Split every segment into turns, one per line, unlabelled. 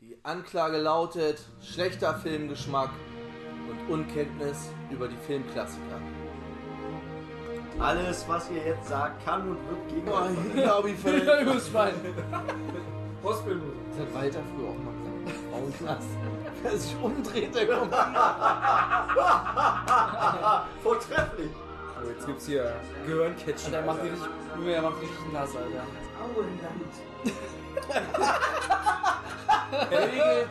Die Anklage lautet schlechter Filmgeschmack und Unkenntnis über die Filmklassiker.
Alles, was ihr jetzt sagt, kann und wird gegen
Boah,
euch.
ich glaube, ich
Ja, übers Bein. Postbildung.
Das hat Walter früher auch mal gesagt. Frauenklass. Wer sich umdreht, der kommt.
Vortrefflich!
Oh, jetzt gibt's hier Gehirncatching. Der macht die richtig, Junge, der macht die richtig nass, Alter.
Auenland.
Regel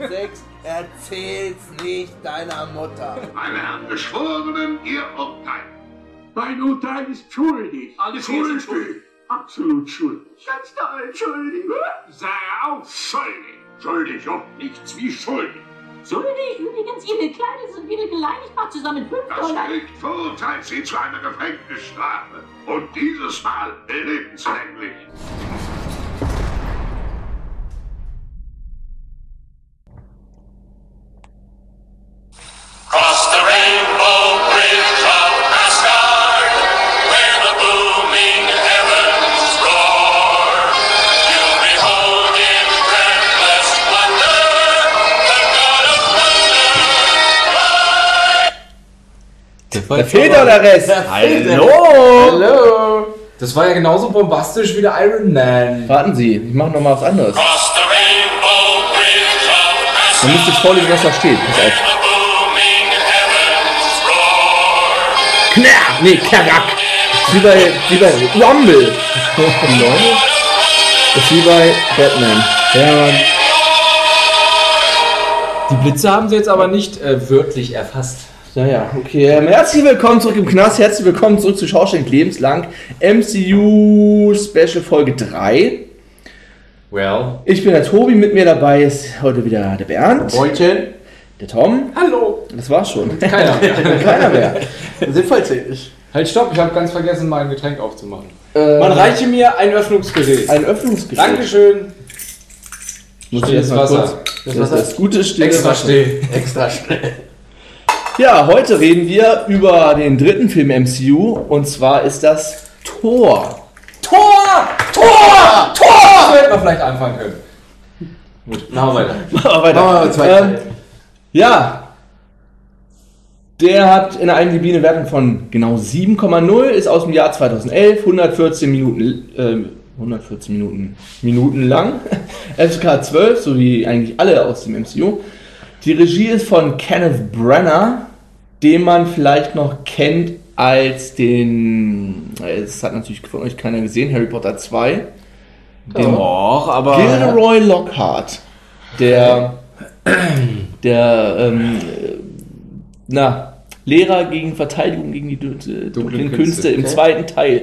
12.6 Erzähl's nicht deiner Mutter.
Meine Herren Geschworenen, Ihr Urteil. Mein Urteil ist schuldig. Alles schuldig. Absolut schuldig. Ganz daran schuldig. Sei auch schuldig. Schuldig und nichts wie schuldig.
Schuldig übrigens ihre Kleider sind wieder geleinigt, zusammen 5
Das
Dollar.
Gericht verurteilt Sie zu einer Gefängnisstrafe. Und dieses Mal lebenslänglich.
Cross the rainbow bridge of Asgard, where the booming heavens roar. You'll behold in breathless wonder the God of
Da
fehlt doch der Rest. Hallo!
Hallo!
Das war ja genauso bombastisch wie der Iron Man.
Warten Sie, ich mache nochmal was anderes.
Cross the rainbow bridge of
Man müsste jetzt
Asgard,
vorlesen, was da steht. Pass auf.
the booming heavens roar.
Knarr! Nee, Karack! Ist wie bei, wie bei Rumble. Ist wie bei Batman.
Ja. Die Blitze haben sie jetzt aber nicht äh, wörtlich erfasst.
Naja, okay. Ähm, herzlich willkommen zurück im Knast. Herzlich willkommen zurück zu Schaustellend lebenslang. MCU Special Folge 3.
Well.
Ich bin der Tobi, mit mir dabei ist heute wieder der Bernd,
Freundchen,
der Tom.
Hallo.
Das war's schon.
Keiner. mehr.
Keiner mehr.
sinnvoll ich.
halt, stopp, ich habe ganz vergessen, mein Getränk aufzumachen.
Ähm,
Man reiche mir ein Öffnungsgerät.
ein Öffnungsgespräch.
Dankeschön.
Muss ich
Stilles
jetzt mal
Wasser.
kurz. Das, ist das gute Stille
Extra still.
Extra schnell.
Ja, heute reden wir über den dritten Film MCU und zwar ist das Tor.
Tor! Tor! Tor! Das hätten wir vielleicht anfangen können. Gut, machen wir weiter.
Aber weiter.
Machen wir mal zwei Teile.
ähm, ja. Der hat in der IMDb eine Wertung von genau 7,0, ist aus dem Jahr 2011, 114 Minuten, ähm, 114 Minuten, Minuten lang, FSK 12, so wie eigentlich alle aus dem MCU. Die Regie ist von Kenneth Brenner, den man vielleicht noch kennt als den, es hat natürlich von euch keiner gesehen, Harry Potter 2. Den
Oh. Doch, aber.
Gilderoy Lockhart, der, der ähm, äh, na, Lehrer gegen Verteidigung gegen die dun- äh, dunklen
Dunklen
Künste
Künste,
im zweiten Teil,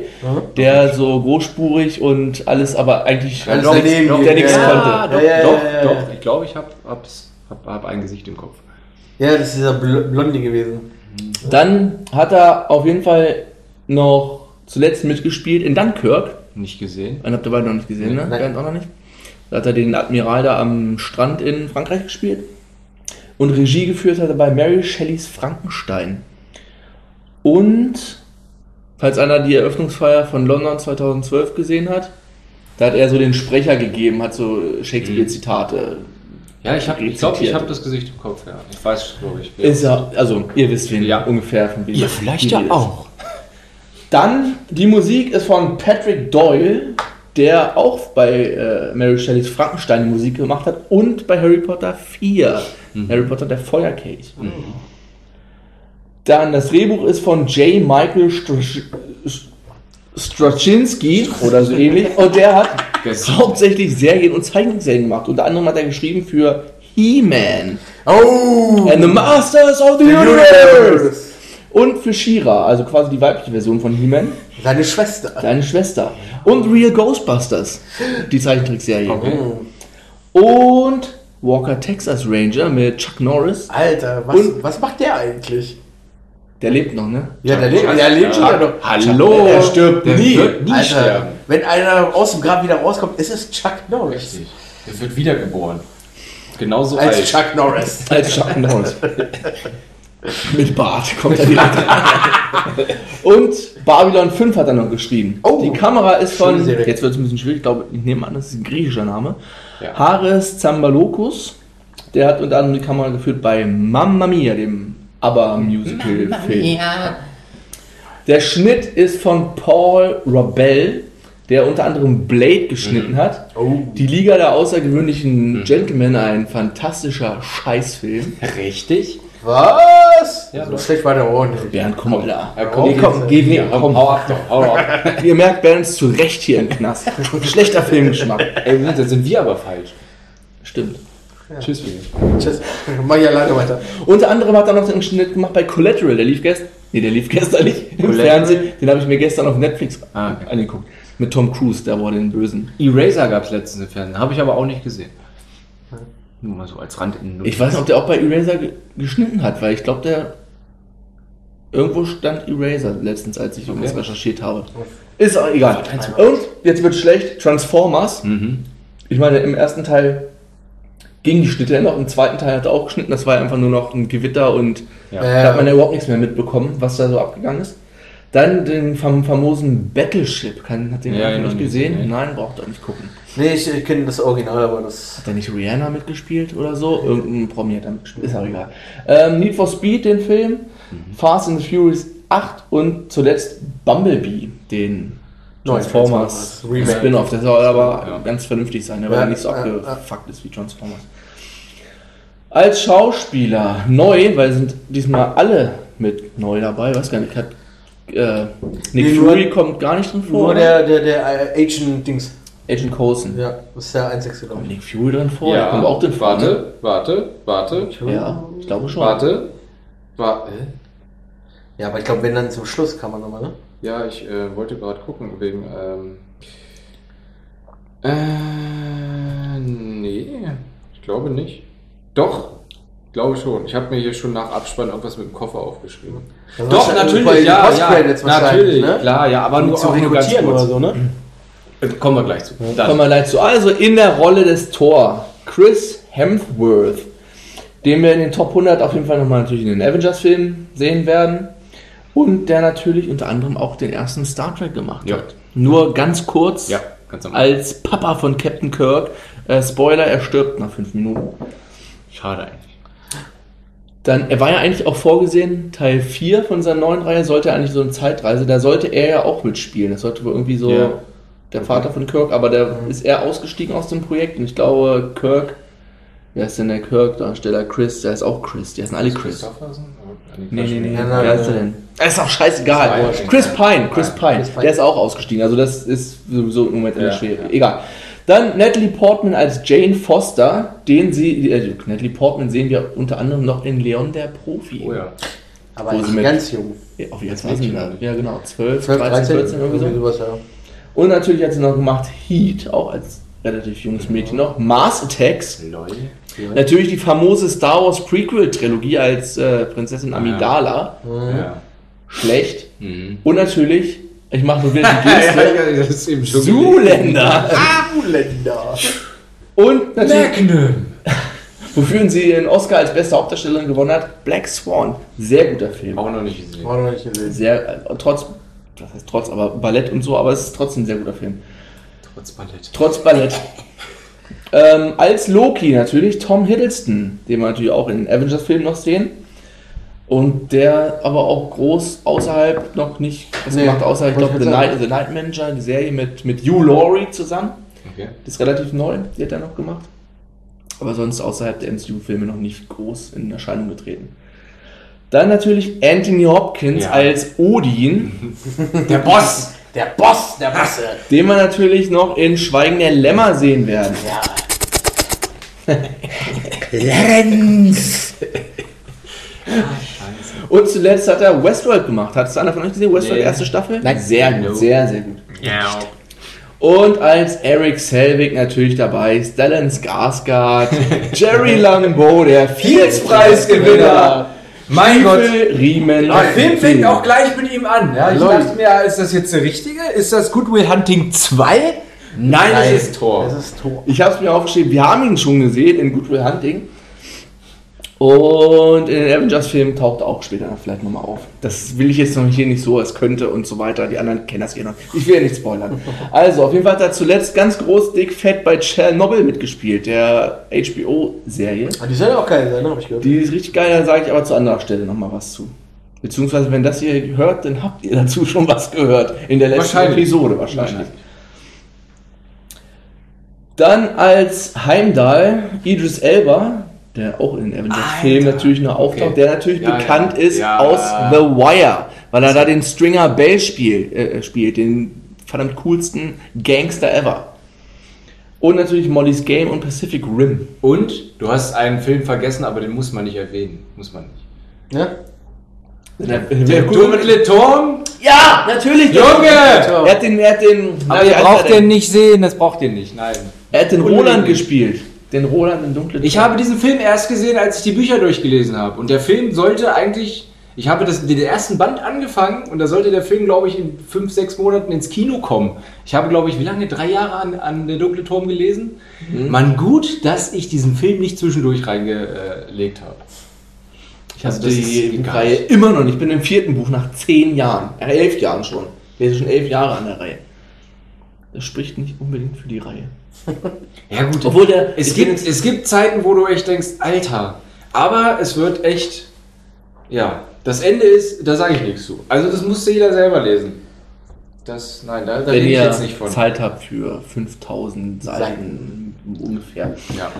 der so großspurig und alles, aber eigentlich alles nix- der nichts
ja.
konnte.
Doch,
Ja, ja,
doch,
ja, ja,
doch. Ich glaube, ich habe hab's, hab, hab ein Gesicht im Kopf.
Ja, das ist dieser Bl Blondie gewesen.
Dann hat er auf jeden Fall noch zuletzt mitgespielt in Dunkirk.
Nicht gesehen.
Einen habt ihr beide noch nicht gesehen, ne?
Nein.
Bernd auch noch nicht. Da hat er den Admiral da am Strand in Frankreich gespielt. Und Regie geführt hat er bei Mary Shelleys Frankenstein. Und, falls einer die Eröffnungsfeier von London 2012 gesehen hat, da hat er so den Sprecher gegeben, hat so Shakespeare-Zitate.
Ja, ich habe, ich glaube, ich
Rezitiert.
habe das Gesicht im Kopf, ja. Ich weiß, glaube ich.
Ist er, also, ihr wisst wen
Ja.
ungefähr von wem. die Rede ist. Dann, die Musik ist von Patrick Doyle, der auch bei äh, Mary Shelleys Frankenstein die Musik gemacht hat und bei Harry Potter 4.
Mhm.
Harry Potter der Feuerkelch. Dann, das Drehbuch ist von J. Michael Strasch- Straczynski oder so ähnlich und der hat
Gestern.
hauptsächlich Serien und Zeichenserien gemacht. Unter anderem hat er geschrieben für He-Man
Oh!
and the Masters of the, Universe und für She-Ra, also quasi die weibliche Version von He-Man.
Seine Schwester.
Deine Schwester. Und Real Ghostbusters, die Zeichentrickserie.
Okay.
Und Walker Texas Ranger mit Chuck Norris.
Alter, was,
Und-
was macht der eigentlich?
Der lebt noch, ne?
Ja, der lebt, der lebt schon
Chuck.
noch.
Hallo.
Der stirbt
Der
nie.
wird nie
Alter,
sterben.
wenn einer aus dem Grab wieder rauskommt, ist es Chuck Norris.
Richtig. Der wird wiedergeboren. Genauso
Als
alt.
Chuck Norris.
Als Chuck Norris. Mit Bart kommt er direkt. Und Babylon 5 hat er noch geschrieben.
Oh.
die Kamera ist
Schöne
von,
Serie.
jetzt wird es ein bisschen schwierig, ich glaube, ich nehme an, das ist ein griechischer Name.
Ja.
Hares Zambalokus. Der hat unter anderem die Kamera geführt bei Mamma Mia, dem ABBA-Musical-Film. Der Schnitt ist von Paul Robel, der unter anderem Blade geschnitten hat.
Oh. Mhm.
Die Liga der außergewöhnlichen Gentlemen, ein fantastischer Scheißfilm.
Richtig?
Was?
Ja, so schlecht war der Ohren.
Bernd, komm klar.
Ja, komm,
nee, komm, geh nee,
komm,
komm.
hau ab doch, hau ab.
Ihr merkt, Bernd ist zu Recht hier im Knast. Schlechter Filmgeschmack.
Ey, Moment, dann sind wir aber falsch.
Stimmt.
Tschüss, Willi.
Tschüss. Mach ich alleine weiter.
Unter anderem hat er noch den Schnitt gemacht bei Collateral. Der lief gestern. Nee, der lief gestern nicht im
Collateral?
Fernsehen. Den habe ich mir gestern auf Netflix
Ah, okay.
angeguckt. Mit Tom Cruise, da wurde den Bösen.
Eraser gab es letztens im Fernsehen, habe ich aber auch nicht gesehen. Nur mal so als Rand in
Ich weiß nicht, ob der auch bei Eraser ge geschnitten hat, weil ich glaube, der. Irgendwo stand Eraser letztens, als ich irgendwas recherchiert habe. Ist auch egal. Und jetzt wird schlecht: Transformers.
Mhm.
Ich meine, im ersten Teil ging die Schnitte noch, im zweiten Teil hat er auch geschnitten. Das war einfach nur noch ein Gewitter und
Ähm.
Ja.
da hat man ja überhaupt nichts mehr mitbekommen, was da so abgegangen ist. Dann den fam famosen Battleship. Kann, hat den
Ja,
ja,
ja, noch
nicht
nicht,
gesehen?
nee.
Nein, braucht er nicht gucken.
Äh,
Nee, ich, ich kenne das Original, aber das.
Hat er nicht Rihanna mitgespielt oder so? Irgendein Promi hat da mitgespielt. Ist auch egal. Ähm, Need for Speed, den Film.
Mhm.
Fast and the Furious 8 und zuletzt Bumblebee, den
Neuen
Transformers
Transformers. Remake.
Spin-off. Der soll aber
Ja.
ganz vernünftig sein, weil
Ja,
er nicht so
ja,
abgefuckt ist wie Transformers. Als Schauspieler neu, weil sind diesmal alle mit neu dabei, weiß gar nicht, hat äh, Nick
Nee, nur-
Fury kommt gar nicht drin vor.
Nur
Oh.
oder?
der, der, der äh, Agent-Dings.
Agent Coulson.
Ja, das ist der einzigste, glaube
Kommt
ich.
Nick Fury drin vor?
Oh, Ja,
Der kommt auch drin vor. ne?
warte, warte, warte,
Ja, ich glaube schon.
warte, warte.
Ja, aber ich glaube, wenn dann zum Schluss kann man nochmal, ne?
Ja, ich äh, wollte gerade gucken, wegen. Ähm, äh, nee, ich glaube nicht. Doch, glaube schon. Ich habe mir hier schon nach Abspann irgendwas mit dem Koffer aufgeschrieben.
Das war schon Also bei den Post-Credits wahrscheinlich,
natürlich,
ne?
klar, ja, aber nur,
Zu
auch nur ganz
rekrutieren
kurz.
oder so, ne?
Äh, Kommen wir gleich zu. Dann.
Kommen wir gleich zu. Also in der Rolle des Thor, Chris Hemsworth, den wir in den Top 100 auf jeden Fall nochmal natürlich in den Avengers-Filmen sehen werden. Und der natürlich unter anderem auch den ersten Star Trek gemacht
Ja.
hat. Nur ganz kurz
Ja, ganz am
als Papa von Captain Kirk. Äh, Spoiler, er stirbt nach fünf Minuten.
Schade eigentlich.
Dann, er war ja eigentlich auch vorgesehen, Teil 4 von seiner neuen Reihe sollte eigentlich so eine Zeitreise, da sollte er ja auch mitspielen. Das sollte wohl irgendwie so
Ja.
der Vater von Kirk, aber der ist er ausgestiegen aus dem Projekt und ich glaube, Kirk, wer ist denn der Kirk-Darsteller? Chris, der ist auch Chris, die heißen alle Chris.
Christoffersen? Oder-
Nee, nee, nee,
Ja,
wer
nein,
ist der
nein.
denn? Er ist auch scheißegal.
Pine.
Chris Pine, Chris
Pine.
Pine,
Chris Pine.
der ist auch ausgestiegen, also das ist sowieso im Moment in der
Ja,
Schwebe. Egal. Dann Natalie Portman als Jane Foster, den sie, äh, Natalie Portman sehen wir unter anderem noch in Leon der Profi.
Oh ja.
Aber
Wo sie
ich
mit-
ganz jung.
Ja, auf jeden
Als
Fall.
Mädchen,
Ja,
oder?
ja, genau. 12,
12,
13,
13,
14 irgendwie so.
sowas, ja.
Und natürlich hat sie noch gemacht Heat, auch als relativ
Genau.
junges Mädchen noch. Mars Attacks.
Lol.
Natürlich die famose Star Wars Prequel-Trilogie als äh, Prinzessin Amidala.
Ja.
Schlecht.
Äh? Mhm.
Und natürlich, ich mache nur wieder die
Ja, ja,
Geste.
ja, das ist eben schon
Zuländer.
Zuländer.
Und natürlich,
Magnum.
wofür sie den Oscar als beste Hauptdarstellerin gewonnen hat, Black Swan. Sehr guter Film.
Auch noch nicht gesehen.
War noch nicht gesehen.
Sehr, äh, trotz, das heißt trotz, aber Ballett und so, aber es ist trotzdem ein sehr guter Film.
Trotz Ballett.
Trotz Ballett. Ähm, als Loki natürlich Tom Hiddleston, den wir natürlich auch in den Avengers-Filmen noch sehen. Und der aber auch groß außerhalb noch nicht was
Nee,
gemacht, außer ich
wollte
glaube
ich
The
gerade
Night, The Night Manager, die Serie mit, mit Hugh Laurie zusammen.
Okay.
Die ist relativ neu, die hat er noch gemacht. Aber sonst außerhalb der MCU-Filme noch nicht groß in Erscheinung getreten. Dann natürlich Anthony Hopkins
Ja.
als Odin.
Der Boss!
Der Boss, der Bosse.
den wir natürlich noch in Schweigen der Lämmer sehen werden.
Ja.
Lorenz! Und zuletzt hat er Westworld gemacht. Hat es einer von euch gesehen? Westworld,
Nee.
erste Staffel? Nein. Sehr
No.
gut, sehr, sehr gut.
Ja.
Und als Eric Selvig natürlich dabei, Stellan Skarsgård, Jerry Langbo, der Fields-Preisgewinner,
Mein Gott!
Michael Riemen.
Der Film fängt auch gleich mit ihm an. Ja, ich dachte mir, ist das jetzt der richtige? Ist das Goodwill Hunting 2? Nein,
Nein.
es ist Tor.
Das ist Tor.
Ich habe es mir aufgeschrieben, wir haben ihn schon gesehen in Good Will Hunting. Und in den Avengers-Filmen taucht er auch später noch vielleicht nochmal auf. Das will ich jetzt noch hier nicht so, es könnte und so weiter. Die anderen kennen das hier noch. Ich will ja nicht spoilern. Also, auf jeden Fall hat er zuletzt ganz groß, dick, fett bei Chernobyl mitgespielt, der HBO-Serie.
Ah, die soll ja auch geil sein, ne? Hab ich gehört.
Die ist richtig geil, dann sage ich aber zu anderer Stelle nochmal was zu. Beziehungsweise, wenn das ihr hört, dann habt ihr dazu schon was gehört. In der letzten
Wahrscheinlich.
Episode wahrscheinlich. Dann als Heimdall Idris Elba, der auch in den Avengers-Filmen natürlich noch auftaucht,
Okay.
der natürlich
Ja,
bekannt
ja.
ist
Ja.
aus The Wire, weil er da den Stringer Bell spiel, äh, spielt, den verdammt coolsten Gangster ever. Und natürlich Molly's Game und Pacific Rim.
Und du hast einen Film vergessen, aber den muss man nicht erwähnen. Muss man nicht.
Ne?
Der dunkle Turm?
Ja, natürlich.
Junge!
Er hat den, er hat den,
Aber
wie
ihr
heißt
braucht
er denn?
den nicht sehen, das braucht ihr nicht, nein.
Er hat den
Unbedingt.
Roland gespielt. Den Roland im dunklen
Ich habe diesen Film erst gesehen, als ich die Bücher durchgelesen habe. Und der Film sollte eigentlich. Ich habe das, den ersten Band angefangen und da sollte der Film, glaube ich, in fünf, sechs Monaten ins Kino kommen. Ich habe, glaube ich, wie lange? Drei Jahre an, an Der Dunkle Turm gelesen.
Mhm.
Man, gut, dass ich diesen Film nicht zwischendurch reingelegt habe.
Ich habe
Also das
die
ist
Reihe immer noch nicht. Ich bin im vierten Buch nach zehn Jahren. Äh, elf Jahren schon. Wir sind schon elf Jahre an der Reihe. Das spricht nicht unbedingt für die Reihe.
Ja, gut.
Obwohl der.
Es
ich bin
gibt, es gibt Zeiten, wo du echt denkst, Alter, aber es wird echt. Ja, das Ende ist, da sage ich nichts zu. Also das musste jeder selber lesen. Das, nein, da, da
wenn
rede ich
ihr
jetzt nicht von.
Zeit habt für 5000 Seiten ungefähr.
Ja.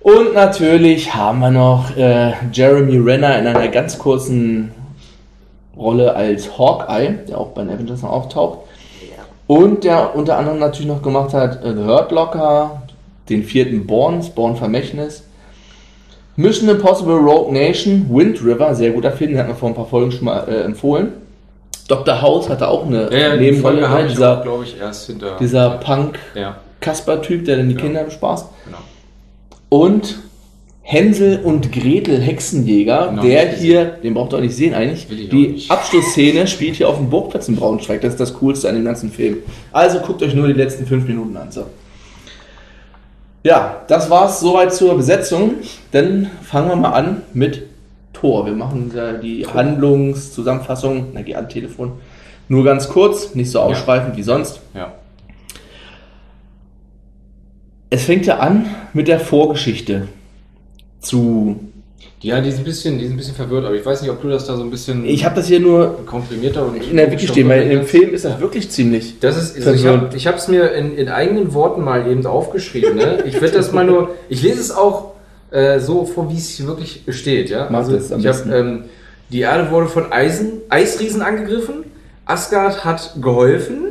Und natürlich haben wir noch äh, Jeremy Renner in einer ganz kurzen Rolle als Hawkeye, der auch bei den Avengers noch auftaucht. Und der unter anderem natürlich noch gemacht hat äh, The Hurt Locker, den vierten Born, das Born Vermächtnis. Mission Impossible Rogue Nation, Wind River, sehr guter Film, den hat man vor ein paar Folgen schon mal äh, empfohlen. Dr. House hatte auch eine
Ja, ja, die
Nebenrolle,
Folge habe
ne?
ich auch,
dieser,
glaube ich, erst hinter.
dieser Punk
ja,
Kasper-Typ, der dann die
Ja.
Kinder bespaßt.
genau.
Und Hänsel und Gretel Hexenjäger,
Noch
der
nicht
hier, den braucht ihr auch nicht sehen eigentlich,
Will ich auch
die
nicht.
Abschlussszene spielt hier auf dem Burgplatz in Braunschweig. Das ist das Coolste an dem ganzen Film. Also guckt euch nur die letzten fünf Minuten an. So. Ja, das war's soweit zur Besetzung. Dann fangen wir mal an mit Tor. Wir machen ja die Handlungszusammenfassung, na, geh an Telefon, nur ganz kurz, nicht so ausschweifend wie sonst.
Ja.
Es fängt ja an mit der Vorgeschichte zu
Ja, die ist ein bisschen, die ist ein bisschen verwirrt, aber ich weiß nicht, ob du das da so ein bisschen
Ich habe das hier nur
komprimierter und
in der Wiki stehen, weil im Film ist das wirklich ziemlich.
Das ist, also ich
Verwirrt.
habe ich hab's mir in, in eigenen Worten mal eben aufgeschrieben. Ne? Ich werde das mal nur, ich lese es auch äh, so vor, wie es wirklich steht. Ja?
Mach das am
ich hab,
besten.
ähm, die Erde wurde von Eisen, Eisriesen angegriffen. Asgard hat geholfen,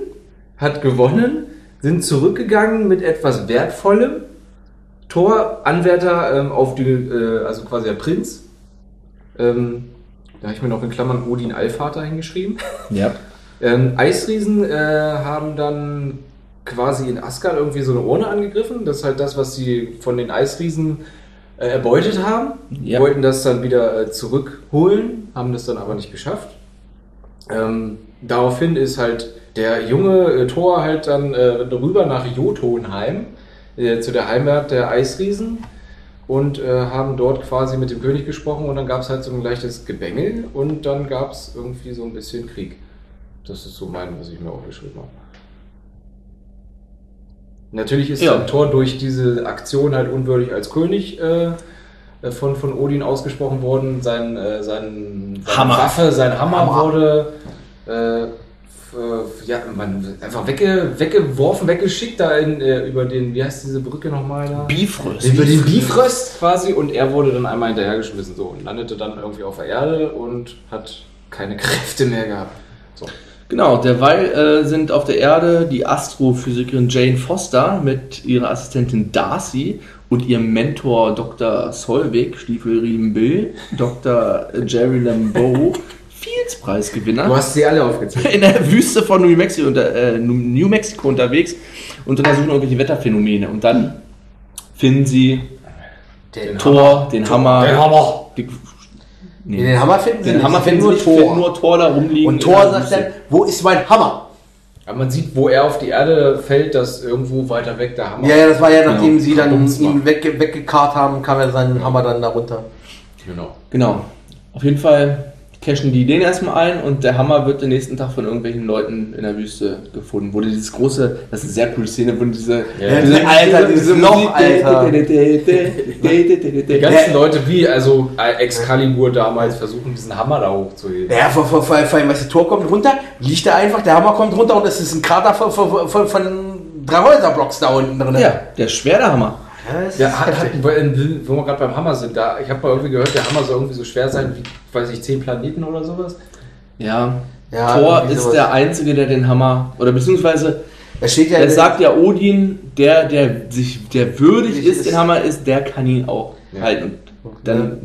hat gewonnen, sind zurückgegangen mit etwas Wertvollem. Thor, Anwärter ähm, auf die, äh, also quasi der Prinz. Ähm, da habe ich mir noch in Klammern Odin Allvater hingeschrieben.
Ja.
Ähm, Eisriesen äh, haben dann quasi in Asgard irgendwie so eine Urne angegriffen. Das ist halt das, was sie von den Eisriesen äh, erbeutet haben.
Ja.
Wollten das dann wieder äh, zurückholen, haben das dann aber nicht geschafft. Ähm, daraufhin ist halt der junge äh, Thor halt dann äh, rüber nach Jotunheim, äh, zu der Heimat der Eisriesen und äh, haben dort quasi mit dem König gesprochen und dann gab es halt so ein leichtes Gebengel und dann gab es irgendwie so ein bisschen Krieg. Das ist so mein, was ich mir aufgeschrieben habe. Natürlich ist
Ja.
dann Thor durch diese Aktion halt unwürdig als König äh, äh, von, von Odin ausgesprochen worden. Sein, äh, sein, seine
Hammer.
Waffe, sein Hammer, wurde äh, f- äh, ja, man, einfach wegge, weggeworfen, weggeschickt da in, äh, über den, wie heißt diese Brücke nochmal da?
Bifrost.
Über den Bifrost quasi und er wurde dann einmal hinterhergeschmissen so und landete dann irgendwie auf der Erde und hat keine Kräfte mehr gehabt. So.
Genau, derweil äh, sind auf der Erde die Astrophysikerin Jane Foster mit ihrer Assistentin Darcy und ihrem Mentor Dr. Solvig, Stiefelriemen Bill, Dr. Jerry Lambeau,
Du
Fields-Preisgewinner,
hast sie alle aufgezählt.
in der Wüste von New Mexico, unter, äh, New Mexico unterwegs und untersuchen irgendwelche Wetterphänomene. Und dann finden sie
Den
Thor, den Hammer,
Den Hammer.
Die, nee.
Den Hammer finden sie
Den
nicht,
Hammer
sie
finden sie
nur
nicht, finden
Thor.
nur Tor da rumliegen.
Und
in
Thor
der
sagt
Wüste.
dann, wo ist mein Hammer?
Aber man sieht, wo er auf die Erde fällt, dass irgendwo weiter weg der Hammer.
Ja, ja, das war ja, nachdem
Genau.
sie dann
Dumm's
ihn wegge weggekarrt haben, kam ja sein Hammer dann da runter.
Genau.
Genau. Auf jeden Fall cashen die den erstmal ein und der Hammer wird den nächsten Tag von irgendwelchen Leuten in der Wüste gefunden. Wurde dieses große, das ist eine sehr coole Szene, wo diese,
Ja.
diese
Alter, dieses Loch, Alter.
Die ganzen Leute wie, also Excalibur damals, versuchen diesen Hammer da hochzuheben.
Ja, vor, vor, vor, vor allem, weißt du, Tor kommt runter, liegt da einfach, der Hammer kommt runter und es ist ein Krater von, von, von, von drei Häuserblocks da unten drin.
Ja, der ist schwer, der Hammer.
Ja, hat, hat, wo wo wir gerade beim Hammer sind, da, ich habe mal irgendwie gehört, der Hammer soll irgendwie so schwer sein wie, weiß ich, zehn Planeten oder sowas.
Ja.
Ja,
Thor
irgendwie
ist
sowas.
der Einzige, der den Hammer, oder beziehungsweise,
Da steht ja.
das sagt ja Odin, der, der sich, der würdig
Würdig
ist,
ist.
den Hammer ist, der kann ihn auch
Ja.
halten. Und dann,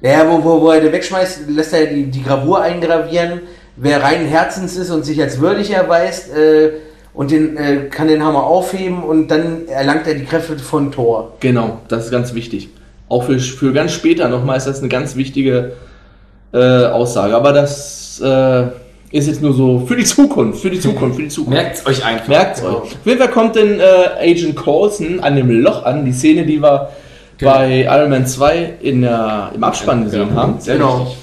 Ja, wo, wo, wo er den wegschmeißt, lässt er die, die Gravur eingravieren. Wer reinen Herzens ist und sich als würdig erweist, äh, und den, äh, kann den Hammer aufheben und dann erlangt er die Kräfte von Thor.
genau, das ist ganz wichtig. Auch für, für ganz später nochmal ist das eine ganz wichtige äh, Aussage. Aber das äh, ist jetzt nur so für die Zukunft, für die Zukunft, für die Zukunft.
Merkt's euch einfach.
Merkt's euch. Auf jeden Fall kommt denn äh, Agent Coulson an dem Loch an, die Szene, die wir
Genau.
bei Iron Man 2 in der, im Abspann gesehen
Genau.
haben.
Sehr
Genau.
wichtig.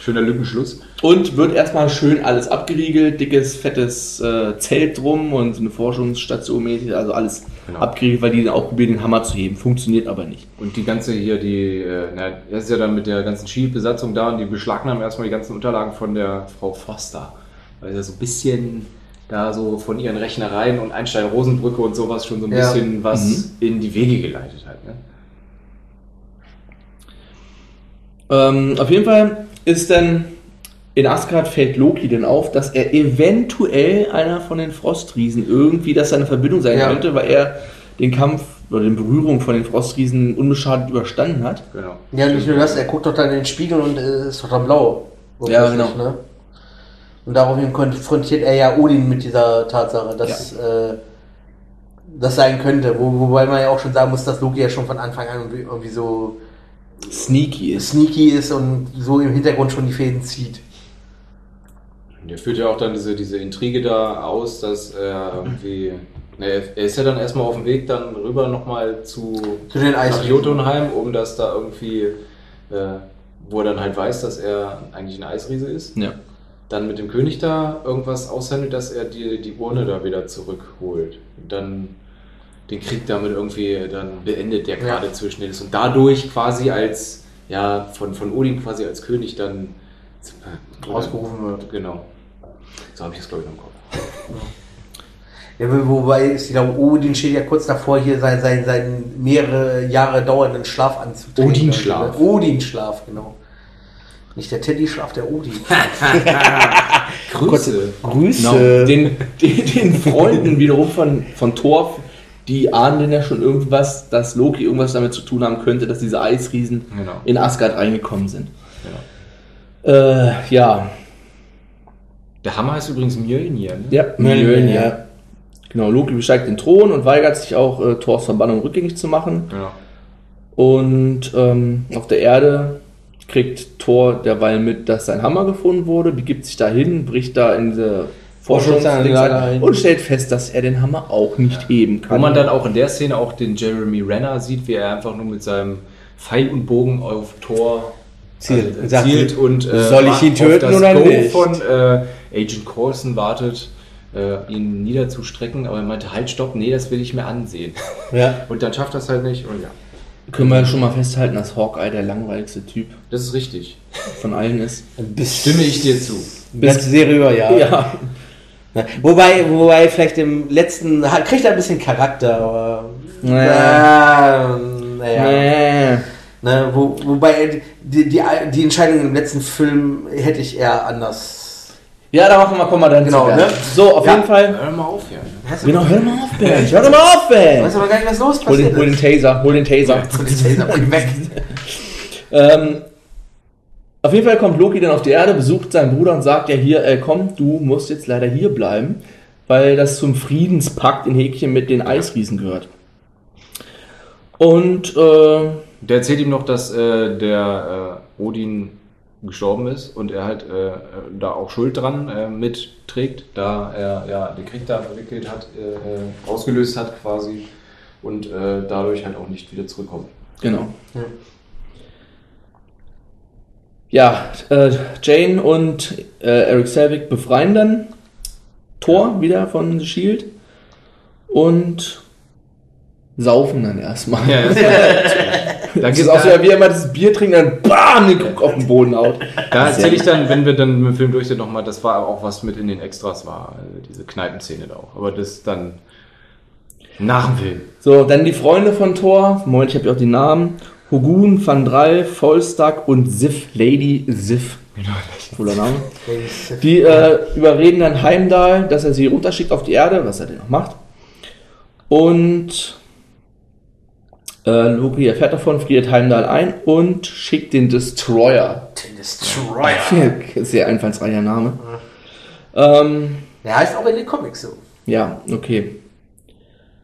Schöner Lückenschluss.
Und wird erstmal schön alles abgeriegelt, dickes, fettes äh, Zelt drum und so eine Forschungsstation mäßig, also alles
Genau.
abgeriegelt, weil die dann auch probieren, den Hammer zu heben. Funktioniert aber nicht.
Und die ganze hier, die, äh, na, das ist ja dann mit der ganzen Shield-Besatzung da und die beschlagnahmen erstmal die ganzen Unterlagen von der Frau Foster. Weil sie so ein bisschen da so von ihren Rechnereien und Einstein-Rosenbrücke und sowas schon so ein
Ja.
bisschen was in die Wege geleitet hat. Ne?
Ähm, auf jeden Fall ist dann in Asgard fällt Loki denn auf, dass er eventuell einer von den Frostriesen irgendwie, dass seine Verbindung sein
Ja.
könnte, weil er den Kampf oder den Berührung von den Frostriesen unbeschadet überstanden hat.
Genau.
Ja, nicht nur das, er guckt doch dann in den Spiegel und äh, ist doch dann blau.
Ja, genau.
Ne? Und daraufhin konfrontiert er ja Odin mit dieser Tatsache, dass äh, das sein könnte. Wo, wobei man ja auch schon sagen muss, dass Loki ja schon von Anfang an irgendwie, irgendwie so
Sneaky ist.
sneaky ist und so im Hintergrund schon die Fäden zieht.
Und Der führt ja auch dann diese, diese Intrige da aus, dass er irgendwie. Ne, er er ist ja dann erstmal auf dem Weg dann rüber nochmal zu,
Zu den
nach
Eisriesen.
Jotunheim, um das da irgendwie, äh, wo er dann halt weiß, dass er eigentlich ein Eisriese ist.
Ja.
Dann mit dem König da irgendwas aushandelt, dass er die, die Urne da wieder zurückholt. Und dann den Krieg damit irgendwie äh, dann beendet, der
Ja.
gerade zwischen denen ist. Und dadurch quasi als, ja, von, von Odin quasi als König dann äh,
Ausgerufen wird.
Genau. So habe ich das, glaube ich, noch im Kopf.
Ja, wo- wobei ist wieder Odin steht ja kurz davor, hier seinen sein, sein mehrere Jahre dauernden Schlaf anzutreten.
Odinschlaf.
Odinschlaf, genau. Nicht der Teddy-Schlaf, der Odin.
Grüße.
Genau. Den, den, den Freunden wiederum von, von Thor, die ahnen ja schon irgendwas, dass Loki irgendwas damit zu tun haben könnte, dass diese Eisriesen
Genau.
in Asgard reingekommen sind. Äh, ja,
Der Hammer heißt übrigens Mjölnir. Ne?
Ja, Mjölnir. Genau, Loki besteigt den Thron und weigert sich auch, äh, Thors Verbannung rückgängig zu machen.
Genau.
Und ähm, auf der Erde kriegt Thor derweil mit, dass sein Hammer gefunden wurde, begibt sich dahin, bricht da in diese
Forschungsanlage ein.
Forschungsanlage und stellt fest, dass er den Hammer auch nicht heben
Wo
kann.
man dann auch in der Szene auch den Jeremy Renner sieht, wie er einfach nur mit seinem Pfeil und Bogen auf Tor
Zielt.
äh, zielt und äh,
soll ich ihn
auf
töten
das
oder
Go
nicht?
von äh, Agent Coulson wartet, äh, ihn niederzustrecken, aber er meinte, halt, stopp, nee, das will ich mir ansehen.
Ja.
Und dann schafft das halt nicht und ja,
Können wir schon mal festhalten, dass Hawkeye der langweiligste Typ
das ist richtig.
von allen ist.
Bis
Stimme ich dir zu.
ganze Serie über, ja.
Ja,
Ne? Wobei, wobei vielleicht im letzten hat, kriegt er ein bisschen Charakter, aber
Naja.
Ähm,
ja.
naja.
Nee.
Ne, wo, wobei die, die, die Entscheidung im letzten Film hätte ich eher anders.
ja da machen wir, kommen wir dann
Genau,
zu Bernd.
ne?
So, auf jeden Fall.
Hör doch mal auf, ja.
Genau, hör doch mal auf, Ben. Hör doch mal auf, Ben.
Weiß aber gar nicht, was los
Hol den,
passiert
hol den
ist.
Taser, hol den Taser.
weg.
ähm, auf jeden Fall kommt Loki dann auf die Erde, besucht seinen Bruder und sagt ja hier, äh, komm, du musst jetzt leider hier bleiben, weil das zum Friedenspakt in Häkchen mit den Eisriesen gehört. Und äh,
Der erzählt ihm noch, dass äh, der äh, Odin gestorben ist und er halt äh, äh, da auch Schuld dran äh, mitträgt, da er ja den Krieg da verwickelt hat, äh, äh, ausgelöst hat quasi und äh, dadurch halt auch nicht wieder zurückkommt.
genau. Ja, äh, Jane und äh, Eric Selvig befreien dann Thor wieder von The Shield und saufen dann erstmal.
Ja, das
Das ist auch so, wie er immer das Bier trinkt, dann BAM, den Krug auf den Boden haut.
Da erzähle ich dann, wenn wir dann mit dem Film durch sind, nochmal, das war auch was mit in den Extras war, äh, diese Kneipenszene da auch. Aber das dann nach dem Film.
So, dann die Freunde von Thor. Moment, ich habe ja auch die Namen. Hogun, Van Drall, Volstag und Sif, Lady Sif. Cooler Name. Die äh, überreden dann Heimdall, dass er sie runterschickt auf die Erde, was er denn noch macht. Und äh, Loki erfährt davon, friert Heimdall ein und schickt den Destroyer.
Destroyer.
Sehr einfallsreicher Name. Ähm,
Der heißt auch in den Comics so.
ja, okay.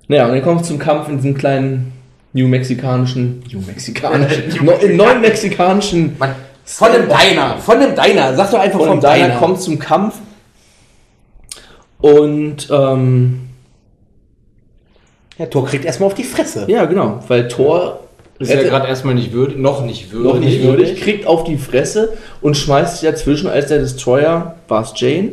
Naja, und dann kommt es zum Kampf in diesem kleinen new-mexikanischen, new-mexikanischen, neu- im neuen mexikanischen,
Man, von dem Deiner, von dem Deiner, sag doch einfach
von
von dem
daher
Deiner.
kommt zum Kampf. Und, ähm,
Der Tor kriegt erstmal auf die Fresse.
ja, genau, weil Thor
Ist ja
hätte-
gerade erstmal nicht würdig, noch nicht würdig.
noch nicht würdig, kriegt auf die Fresse und schmeißt sich dazwischen, als der Destroyer, war es Jane,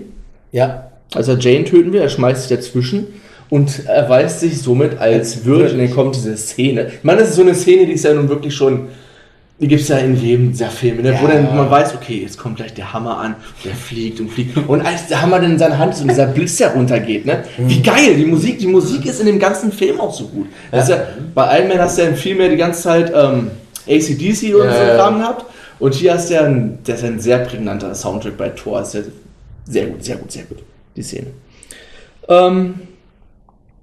Ja.
als er Jane töten will, er schmeißt sich dazwischen und erweist sich somit als würdig. Und dann kommt diese Szene. Ich meine, das ist so eine Szene, die ist ja nun wirklich schon. Die gibt es ja in jedem dieser Filme, ne? wo
Ja.
dann man weiß, okay, jetzt kommt gleich der Hammer an, der fliegt und fliegt. Und als der Hammer dann in seine Hand ist und dieser Blitz da runtergeht, ne?
Hm.
Wie geil, die Musik, die Musik ist in dem ganzen Film auch so gut. Das ist ja, bei Iron Man hast du ja viel mehr die ganze Zeit ähm, ACDC und so
Ja.
Kram gehabt. Und hier hast du ja ein, das ist ein sehr prägnanter Soundtrack bei Thor. Ist ja sehr gut, sehr gut, sehr gut, die Szene. Ähm,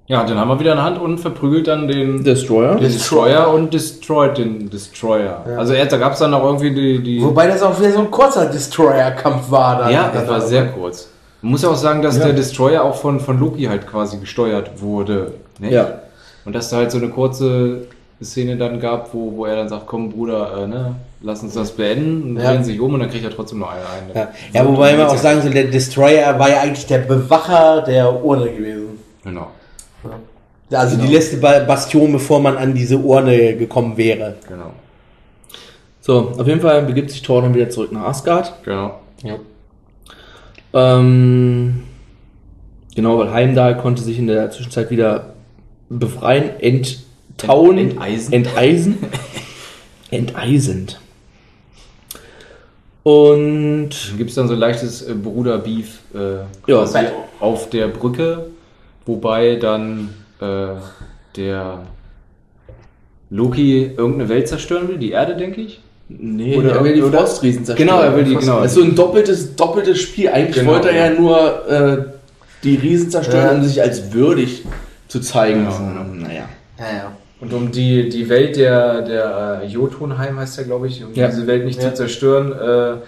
Ja, dann haben wir wieder eine Hand und verprügelt dann den
Destroyer.
Destroyer und destroyed den Destroyer. Also erst, da gab es dann noch irgendwie die. die
Wobei das auch wieder so ein kurzer Destroyer-Kampf war. Dann.
ja, das war sehr kurz. Man muss ja auch sagen, dass der Destroyer auch von, von Loki halt quasi gesteuert wurde. Ne?
Ja.
Und dass da halt so eine kurze Szene dann gab, wo, wo er dann sagt, komm Bruder, äh, ne, lass uns das beenden und
Ja.
drehen sich um und dann kriegt er trotzdem nur einen ein.
Ja, ja wobei man auch sagen soll, der Destroyer war ja eigentlich der Bewacher der Urne gewesen.
Genau.
Also
Genau.
die letzte Ba- Bastion, bevor man an diese Urne gekommen wäre.
Genau.
So, auf jeden Fall begibt sich Thor dann wieder zurück nach Asgard.
Genau.
Ähm, genau, weil Heimdall konnte sich in der Zwischenzeit wieder befreien, enttauen,
Ent- enteisen.
enteisen, enteisend. Und
Gibt es dann so ein leichtes äh, Bruder-Beef äh,
Ja.
quasi auf der Brücke, wobei dann äh, der Loki irgendeine Welt zerstören will, die Erde, denke ich.
nee,
Oder-
er will die
oder-
Frostriesen zerstören.
Genau, er will die- genau.
Das ist so ein doppeltes, doppeltes Spiel. Eigentlich
Genau.
wollte er ja nur äh, die Riesen zerstören,
Ja.
um sich als würdig zu zeigen.
Genau.
So, Naja.
Ja, ja.
Und um die, die Welt der, der äh, Jotunheim heißt er, glaube ich, um
Ja.
diese Welt nicht zu zerstören,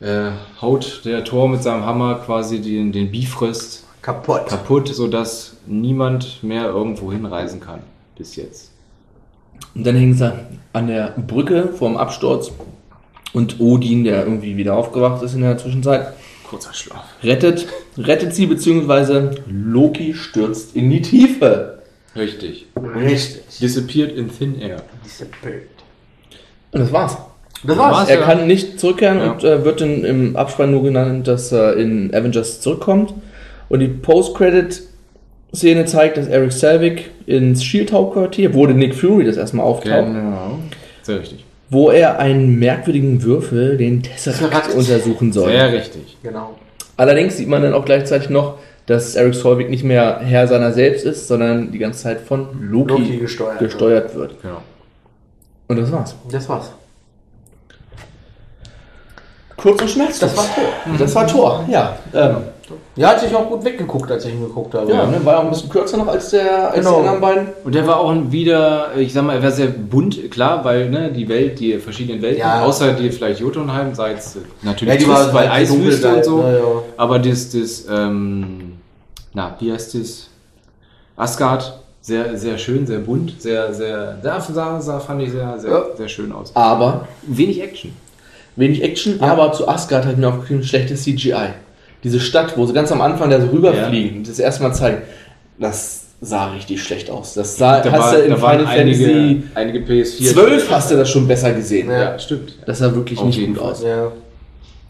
äh, äh, haut der Thor mit seinem Hammer quasi den, den Bifrost
Kaputt.
kaputt, sodass niemand mehr irgendwo hinreisen kann. Bis jetzt.
Und dann hängen sie an der Brücke vorm Absturz. Und Odin, der irgendwie wieder aufgewacht ist in der Zwischenzeit,
Kurzer Schlaf.
rettet, rettet sie, beziehungsweise Loki stürzt in die Tiefe.
Richtig.
Richtig.
Disappeared in thin air.
Diese Bild.
Und das war's.
Das war's.
war's.
er
ja.
kann nicht zurückkehren
Ja.
und äh, wird dann im Abspann nur genannt, dass er in Avengers zurückkommt. Und die Post-Credit-Szene zeigt, dass Eric Selvig ins Shield-Hauptquartier, wurde Nick Fury das erstmal auftaucht,
Genau. Sehr richtig.
wo er einen merkwürdigen Würfel, den Tesseract,
Tesseract.
untersuchen soll.
Sehr richtig.
Genau.
Allerdings sieht man dann auch gleichzeitig noch, dass Eric Solvig nicht mehr Herr seiner selbst ist, sondern die ganze Zeit von Loki,
Loki
gesteuert,
gesteuert.
wird.
Genau.
Und das war's.
Das war's.
Kurz und schmerzlos.
Das war Tor.
Das war Tor, ja. Ähm,
Ja, hat sich auch gut weggeguckt, als ich ihn geguckt habe.
ja, ne, war auch ein bisschen kürzer noch als, der, als
Genau.
die anderen beiden.
Und der war auch wieder, ich sag mal, er war sehr bunt, klar, weil ne, die Welt, die verschiedenen Welten,
Ja.
außer die vielleicht Jotunheim, sei es äh, natürlich
Ja, die
trist,
war
weil
halt die dunkle
Eiswüste und
Seite,
so,
ja, ja.
aber das, das, ähm, na, wie heißt das? Asgard, sehr, sehr schön, sehr bunt, sehr, sehr, da, da, da fand ich sehr, sehr,
Ja.
sehr schön aus.
Aber
Wenig Action.
wenig Action, aber zu Asgard hat mir aufgeschrieben, schlechtes CGI. Diese Stadt, wo sie ganz am Anfang da so rüberfliegen, das erstmal zeigen, das sah richtig schlecht aus. Das sah,
Da,
Ah, hast
war,
du in
da
Final
waren einige,
Fantasy
einige PS4.
12 hast du das schon besser gesehen.
Ja, stimmt.
Das sah wirklich
Auf
nicht
jeden
gut
Fall.
aus.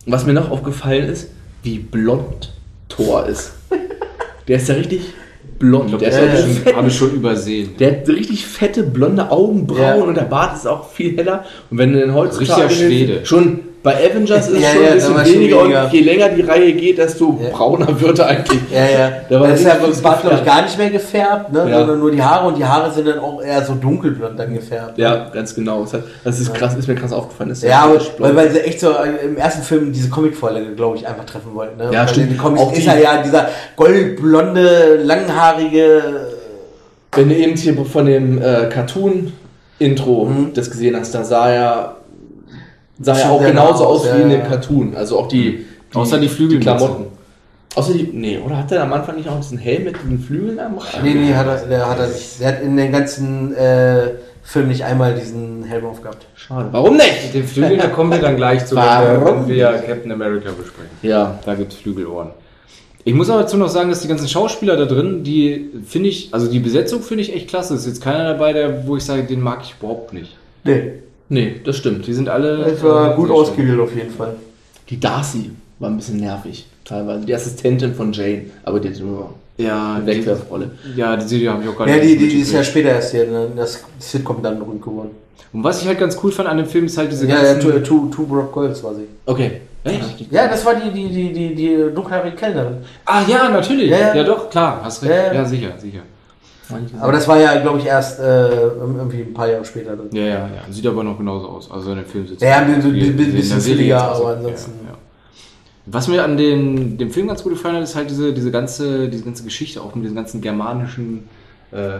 Was mir noch aufgefallen ist, wie blond Thor ist. Der ist ja richtig blond.
Ich glaube,
der,
das
ist
habe ich,
richtig
schon-
fett,
habe ich schon übersehen.
der hat richtig fette blonde Augenbrauen
Ja.
und der Bart ist auch viel heller. Und wenn du den heutzutage
Richtiger Schwede.
schon bei Avengers ist
Ja,
schon
ja,
ein
da
bisschen
war schon
weniger,
weniger.
und je länger die Reihe geht, desto brauner wird er eigentlich.
Ja, ja.
Da war
das ist ja
richtig
beim Bart, glaube ich,
gefärbt.
gar nicht mehr gefärbt, ne?
Ja.
sondern nur die Haare und die Haare sind dann auch eher so dunkelblond dann gefärbt.
Ja, ganz genau. Das hat- Das ist krass, ist mir krass aufgefallen. Das ist
Ja, aber
richtig blond.
weil, weil sie echt so äh, im ersten Film diese Comic-Vorlage, glaube ich, einfach treffen wollten. Ne?
Ja,
Weil
stimmt.
In den Comics
Auch
ist
die-
er ja dieser goldblonde, langhaarige.
Wenn du eben hier von dem äh, Cartoon-Intro das gesehen hast, da sah er, sah er
Schon
auch
Mhm. sehr nah
genauso
aus,
aus wie
ja,
in dem
ja.
Cartoon. Also auch die, die
Außer die Flügel-
Klamotten. Außer die, nee, oder hat er am Anfang nicht auch diesen Helm mit den Flügeln am Rand?
Nee, nee, hat er, der hat er nicht. Der hat in den ganzen äh, Film nicht einmal diesen Helm aufgehabt.
Schade. Warum nicht?
Mit den Flügeln, da kommen wir dann gleich zu, wenn wir,
Warum?
wenn wir Captain America besprechen.
Ja.
Da gibt es Flügelohren. Ich muss aber dazu noch sagen, dass die ganzen Schauspieler da drin, die finde ich, also die Besetzung finde ich echt klasse. Ist jetzt keiner dabei, der, wo ich sage, den mag ich überhaupt nicht.
Nee,
Nee, das stimmt.
Die sind alle.
das war
äh,
gut
sehr schön.
ausgewählt auf jeden Fall.
Die Darcy war ein bisschen nervig, teilweise. Die Assistentin von Jane, aber die hat nur
Ja,
eine
die,
Wegwerfrolle.
ja, die Serie habe ich auch gar
Ja, die, die, die ist
mitgekriegt.
ja später erst hier, ne? das Sitcom dann berühmt geworden.
Und was ich halt ganz cool fand an dem Film, ist halt diese
Ja, ja,
ganzen.
Two, two, two Broke Girls war sie.
Okay.
Echt?
Ja, das war die, die, die, die, die dunkelhaarige Kellnerin.
Ah ja, natürlich.
Ja,
Ja,
ja.
doch, klar, hast recht.
Ja, ja.
Ja, sicher, sicher.
Aber das war ja, glaube ich, erst äh, irgendwie ein paar Jahre später. Dann.
Ja, ja, ja. Sieht aber noch genauso aus. Also in dem Film sitzt.
Ja, ein bisschen- bisschen-
Wir sehen
bisschen
da Serie
billiger,
jetzt aus.
aber ansonsten-
Ja, ja. Was mir an den, dem Film ganz gut gefallen hat, ist halt diese, diese, ganze, diese ganze Geschichte auch mit diesen ganzen germanischen äh,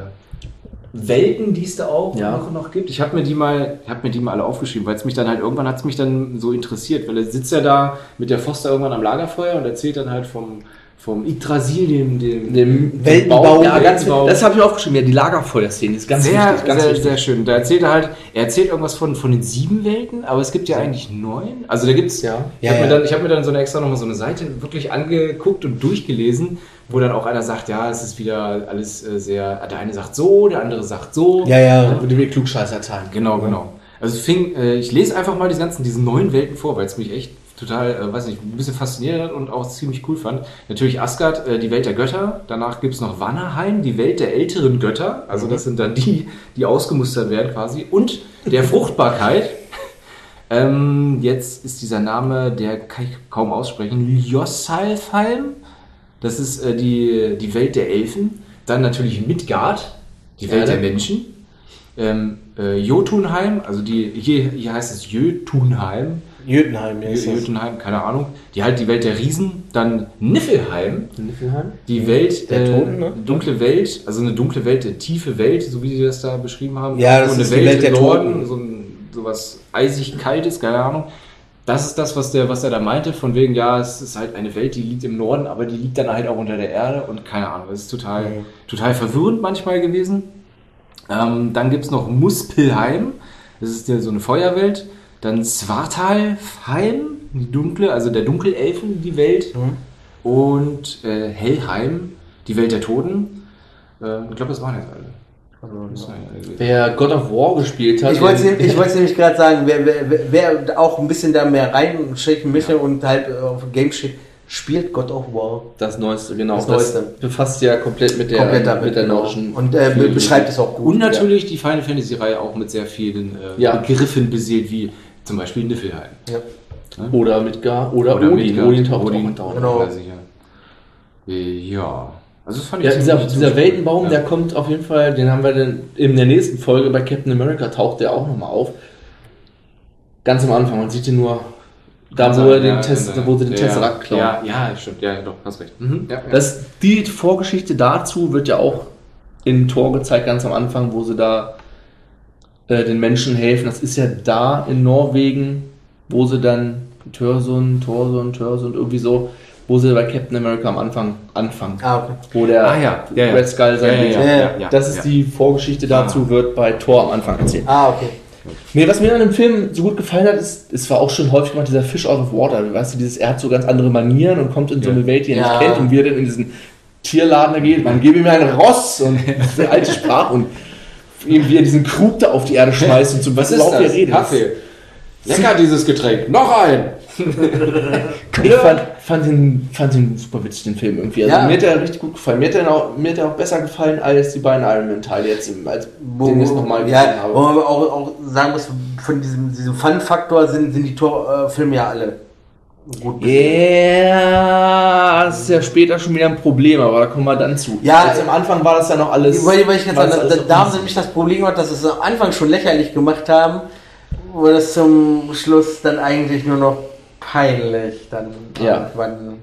Welten, die es da auch
Ja.
noch, noch gibt. Ich habe mir die mal, ich habe mir die mal alle aufgeschrieben, weil es mich dann halt irgendwann hat es mich dann so interessiert, weil er sitzt ja da mit der Foster irgendwann am Lagerfeuer und erzählt dann halt vom vom Yggdrasil, dem, dem,
Dem
Weltenbau.
Bau- Ja, ganz,
Weltenbau.
das habe ich aufgeschrieben. Ja, die Lagerfeuerszene die ist ganz
sehr,
wichtig. Ganz
sehr,
wichtig.
sehr schön. Da erzählt er halt, er erzählt irgendwas von, von den sieben Welten, aber es gibt ja eigentlich neun. Also da gibt's
Ja.
Ich
Ja,
habe mir,
ja.
dann- ich hab mir dann so eine extra nochmal so eine Seite wirklich angeguckt und durchgelesen, wo dann auch einer sagt, ja, es ist wieder alles äh, sehr. Der eine sagt so, der andere sagt so.
ja.
Würde mir klugscheißer teilen.
Genau, genau. Also es fing, äh, ich lese einfach mal diese ganzen, diese neuen Welten vor, weil es mich echt total, äh, weiß nicht, ein bisschen fasziniert hat und auch ziemlich cool fand. Natürlich Asgard, äh, die Welt der Götter. Danach gibt es noch Wannerheim, die Welt der älteren Götter.
Mhm.
Also das sind dann die, die ausgemustert werden quasi. Und der Fruchtbarkeit. ähm, jetzt ist dieser Name, der kann ich kaum aussprechen, Ljosalfheim. Das ist äh, die, die Welt der Elfen. Dann natürlich Midgard, die Welt
Erde.
der Menschen. Ähm, äh, Jotunheim, also die, hier, hier heißt es Jötunheim,
Jötenheim, ja. Ist das.
Jötunheim, keine Ahnung, die halt die Welt der Riesen, dann Niffelheim,
Niffelheim?
die Welt,
Der
äh,
Toten, ne?
dunkle Welt, also eine dunkle Welt, eine tiefe Welt, so wie die das da beschrieben haben.
Ja, das
so eine
ist die Welt der
im
Toten.
So, ein, so was eisig kaltes, keine Ahnung. Das ist das, was der, was er da meinte, von wegen, ja, es ist halt eine Welt, die liegt im Norden, aber die liegt dann halt auch unter der Erde und keine Ahnung, das ist total, total verwirrend manchmal gewesen. Ähm, dann gibt es noch Muspelheim, das ist ja so eine Feuerwelt. Dann Svartalfheim, die dunkle, also der Dunkelelfen, die Welt.
Mhm.
Und äh, Hellheim, die Welt der Toten. Äh, ich glaube, das waren jetzt alle. Das waren alle gewesen.
Wer God of War gespielt hat.
Ich wollte
in-
es ich wollt's nämlich gerade sagen, wer, wer, wer auch ein bisschen da mehr reinschicken möchte und halt äh, auf Game steht, spielt God of War.
das Neueste, genau.
Das
Das,
Neueste.
befasst ja komplett mit der,
Komplett damit,
mit der
genau.
nordischen.
Und äh, be-
Philosophie.
beschreibt es auch gut.
Und natürlich die Final Fantasy-Reihe auch mit sehr vielen äh,
Ja.
Begriffen beseelt, wie zum Beispiel Niffelheim.
Oder Midgar oder,
Oder
Odin.
Midgard.
Odin taucht
Odin,
auch dauernd auf.
Genau.
weiß ich ja. Äh, Ja. Also das fand ich
Ja,
ziemlich-
dieser,
ziemlich
dieser
cool.
Weltenbaum,
Ja.
der kommt auf jeden Fall, den haben wir dann in der nächsten Folge bei Captain America taucht der auch nochmal auf. Ganz am Anfang, man sieht ihn nur da, wo, er den Test,
genau.
wo sie den Tesseract klauen.
genau. Ja, ja, stimmt. Ja, doch, hast recht. Mhm. Ja, ja.
Das, die Vorgeschichte dazu wird ja auch in Tor gezeigt, ganz am Anfang, wo sie da äh, den Menschen helfen. Das ist ja da in Norwegen, wo sie dann Törsund, Torsund, Törsund, irgendwie so, wo sie bei Captain America am Anfang anfangen.
Ah, okay.
Wo der
Ah, ja. Ja, ja.
Red Skull sein
ja, ja,
Ding-
ja, ja, ja,
Das ist
ja. Ah.
die Vorgeschichte dazu, wird bei Tor am Anfang erzählt.
Ah, okay.
Nee, was mir an dem Film so gut gefallen hat, ist, es war auch schon häufig gemacht, dieser Also, Fish out of water, weißt du, dieses, er hat so ganz andere Manieren und kommt in so
Ja.
eine Welt, die er
Ja.
nicht kennt und wir dann in diesen Tierladen da geht. Man gebe ihm ein Ross und diese alte Sprache und ihm wie er diesen Krug da auf die Erde schmeißt und so. Was überhaupt hier redet.
Kaffee. Lecker dieses Getränk. Noch ein.
Ich fand, fand, den, fand den super witzig, den Film irgendwie. Also
Ja.
mir hat der richtig gut gefallen. Mir hat der auch, mir hat der auch besser gefallen als die beiden Iron Man Teile jetzt, im- als
Wo,
den ich nochmal gesehen
ja, wo
habe.
man aber auch, auch sagen muss, von diesem, diesem Fun-Faktor sind, sind die Tor-Filme ja alle gut.
Yeah, das ist ja später schon wieder ein Problem, aber da kommen wir dann zu.
Ja,
jetzt am Anfang war das ja noch alles.
Weil, weil ich jetzt
war
sagen,
das
da,
alles
da, da haben sie
noch-
nämlich das Problem gehabt, dass sie es am Anfang schon lächerlich gemacht haben, wo das zum Schluss dann eigentlich nur noch peinlich dann
Ja.
irgendwann.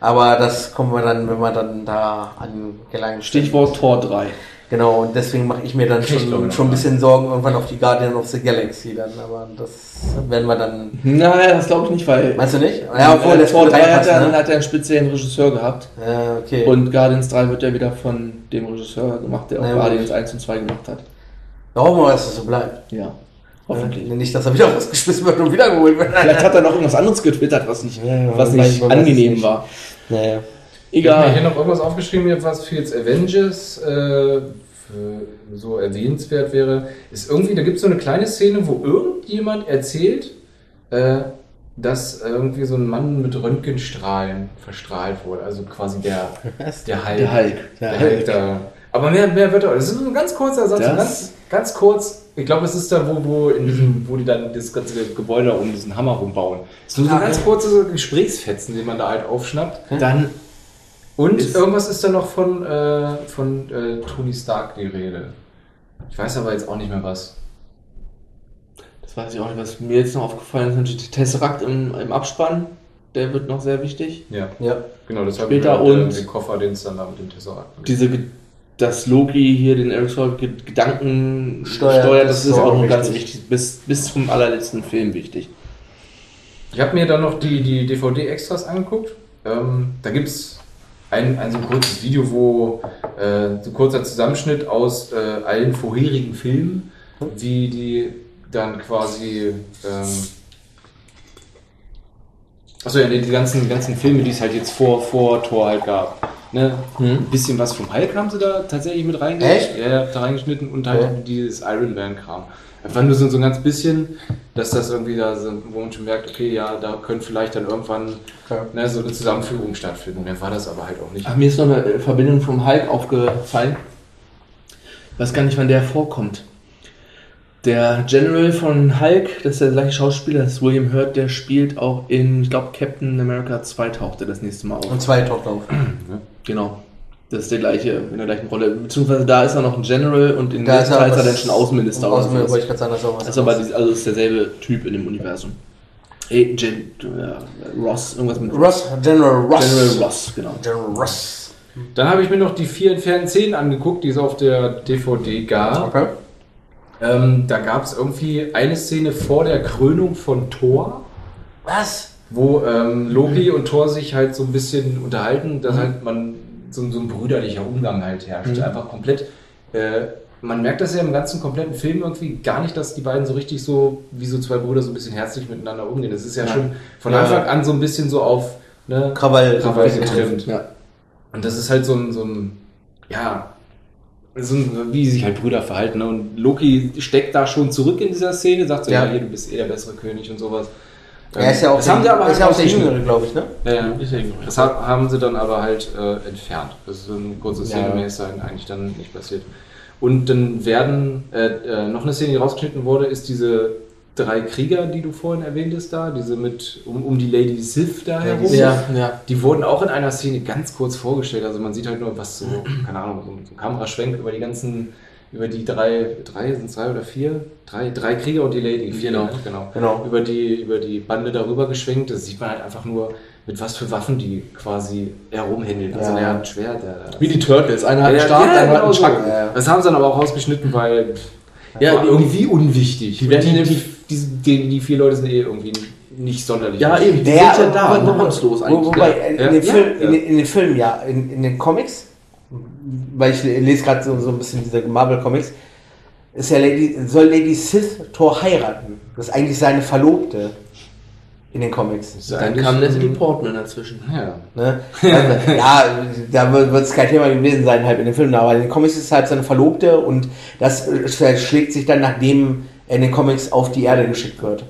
Aber das kommen wir dann, wenn wir dann da angelangt sind.
Stichwort Tor 3.
Genau, und deswegen mache ich mir dann schon, schon ein bisschen Sorgen irgendwann auf die Guardian of the Galaxy dann, aber das werden wir dann.
Naja, das glaube ich nicht, weil.
Meinst du nicht? Ja, obwohl
äh,
das
Tor
gut
3 hat er,
reinpasst, ne?
hat er einen speziellen Regisseur gehabt.
Ja, okay.
Und Guardians 3 wird ja wieder von dem Regisseur gemacht, der auch
Na gut.
Guardians 1 und 2 gemacht hat.
da hoffen wir, mal, dass es so bleibt.
Ja. Hoffentlich.
Hoffentlich. Nicht, dass er wieder rausgeschmissen wird und wiedergeholt wird.
Vielleicht hat er noch irgendwas anderes getwittert, was nicht, was nicht
man weiß es
angenehm
nicht.
war.
Naja.
Ich habe mir hier
Egal.
noch irgendwas aufgeschrieben, jetzt was für jetzt Avengers äh, für so erwähnenswert wäre. Ist irgendwie, da gibt es so eine kleine Szene, wo irgendjemand erzählt, äh, dass irgendwie so ein Mann mit Röntgenstrahlen verstrahlt wurde. Also quasi der, der Hulk.
Der Hulk.
Der Hulk da. Aber mehr, mehr wird auch. Das ist nur ein ganz kurzer Satz.
Das-
ein Ganz, ganz kurz. Ich glaube, es ist da, wo, wo, in diesem, wo die dann das ganze Gebäude um diesen Hammer rumbauen. Es ist nur so
Ah,
ein ganz kurzer Gesprächsfetzen, den man da halt aufschnappt.
Dann
Und irgendwas ist da noch von, äh, von äh, Tony Stark die Rede. Ich weiß aber jetzt auch nicht mehr was.
Das weiß ich auch nicht, was mir jetzt noch aufgefallen ist, natürlich der Tesseract im, im Abspann, der wird noch sehr wichtig.
Ja,
Ja.
genau, das habe
Später
mir, äh,
und-
den Koffer, den es dann da mit dem Tesseract gibt.
Diese, Ge- dass Loki hier den Eric Solve Gedanken
Steuert,
steuert, das ist auch noch ganz wichtig, bis, bis zum allerletzten Film wichtig.
Ich habe mir dann noch die, die DVD-Extras angeguckt. Ähm, da gibt es ein, ein so ein kurzes Video, wo äh, so ein kurzer Zusammenschnitt aus äh, allen vorherigen Filmen, wie die dann quasi. Ähm, Achso, ja, die die ganzen, ganzen Filme, die es halt jetzt vor, vor Tor halt gab. Ne? Ein bisschen was vom Hulk haben sie da tatsächlich mit reingeschnitten. Ja, ja, da reingeschnitten und halt dieses Iron Man-Kram. Einfach nur so, so ein ganz bisschen, dass das irgendwie da so, wo man schon merkt, okay, ja, da können vielleicht dann irgendwann ne, so eine Zusammenführung stattfinden. Mehr war das aber halt auch nicht.
Ach, mir ist noch eine äh, Verbindung vom Hulk aufgefallen. Ich weiß gar nicht, wann der vorkommt. Der General von Hulk, das ist der gleiche Schauspieler, das ist William Hurt, der spielt auch in, ich glaube, Captain America 2 taucht er das nächste Mal auf.
Und zwei Tochter auf.
Genau. Das ist der gleiche, in der gleichen Rolle. Beziehungsweise da ist er noch ein General und in
Da
der
ist
ist
er
Teil ist er
was-
dann schon Außenminister. oder
Außenminister
sowas.
wollte ich gerade sagen, das ist auch was.
Das ist aber dies- also ist derselbe Typ in dem Universum. Eh, Gen, äh, Ross, irgendwas mit
Ross, General Ross.
General Ross, genau.
General Ross.
Dann habe ich mir noch die vier entfernten Szenen angeguckt, die es auf der DVD gab.
Okay.
Ähm, da gab es irgendwie eine Szene vor der Krönung von Thor.
Was?
wo ähm, Loki und Thor sich halt so ein bisschen unterhalten,
Mhm.
dass halt man so, ein- so ein brüderlicher Umgang halt herrscht. Einfach komplett. Äh, man merkt das ja im ganzen kompletten Film irgendwie gar nicht, dass die beiden so richtig so, wie so zwei Brüder, so ein bisschen herzlich miteinander umgehen. Das ist ja, schon von
Ja.
Anfang an so ein bisschen so auf ne,
Krawall.
Krawall getrimmt.
Ja.
Und das ist halt so ein, so ein ja, so ein, wie sich halt Brüder verhalten. Ne? Und Loki steckt da schon zurück in dieser Szene, sagt so, ja,
Ja.
hier, du bist eh der bessere König und sowas. Ähm,
Er ist ja auch,
das haben sie aber halt
er ist ja auch der
rausgeschnitten.
Jüngere, glaube ich, ne?
Ja, ja. Ähm, Das ha- haben sie dann aber halt äh, entfernt. Das ist so eine kurze Szene, mehr ist dann eigentlich dann nicht passiert. Und dann werden, äh, äh, noch eine Szene, die rausgeschnitten wurde, ist diese drei Krieger, die du vorhin erwähntest da, diese mit, um, um die Lady Sif da herum.
ja.
Die wurden auch in einer Szene ganz kurz vorgestellt. Also man sieht halt nur, was so, keine Ahnung, so ein- so ein Kameraschwenk über die ganzen, über die drei, drei, sind es drei oder vier? Drei, drei Krieger und die Lady. Vier,
Genau.
ne? genau.
Genau.
Über, die, über die Bande darüber geschwenkt. Das sieht man halt einfach nur, mit was für Waffen die quasi herumhändeln. Also
Ja.
der hat ein Schwert. Der,
Wie die Turtles. Einer hat
Ja,
einen Stab,
ja,
einer hat
genau
einen
so.
Schack.
Ja.
Das haben sie dann aber auch rausgeschnitten, weil pff,
Ja,
war irgendwie unwichtig. Die,
werden
die,
nämlich-
die, die, die vier Leute sind eh irgendwie nicht sonderlich.
Ja,
wichtig.
eben. Die
Ja,
sind ja
aber-
da, namenslos
Wo,
eigentlich.
wobei, in,
Ja.
in, den
Ja.
Film,
Ja.
in, den- in den Filmen ja, in, in den Comics, weil ich lese gerade so, so ein bisschen diese Marvel-Comics, ist ja Lady, soll Lady Sith Thor heiraten. Das ist eigentlich seine Verlobte. in den Comics.
Das ist
Dann
eigentlich
kam Natalie
ein-
Portman dazwischen.
Ja.
Ne? Also, ja, da wird es kein Thema gewesen sein, halt in den Filmen, aber in den Comics ist es halt seine Verlobte und das äh, schlägt sich dann, nachdem er in den Comics auf die Erde geschickt wird.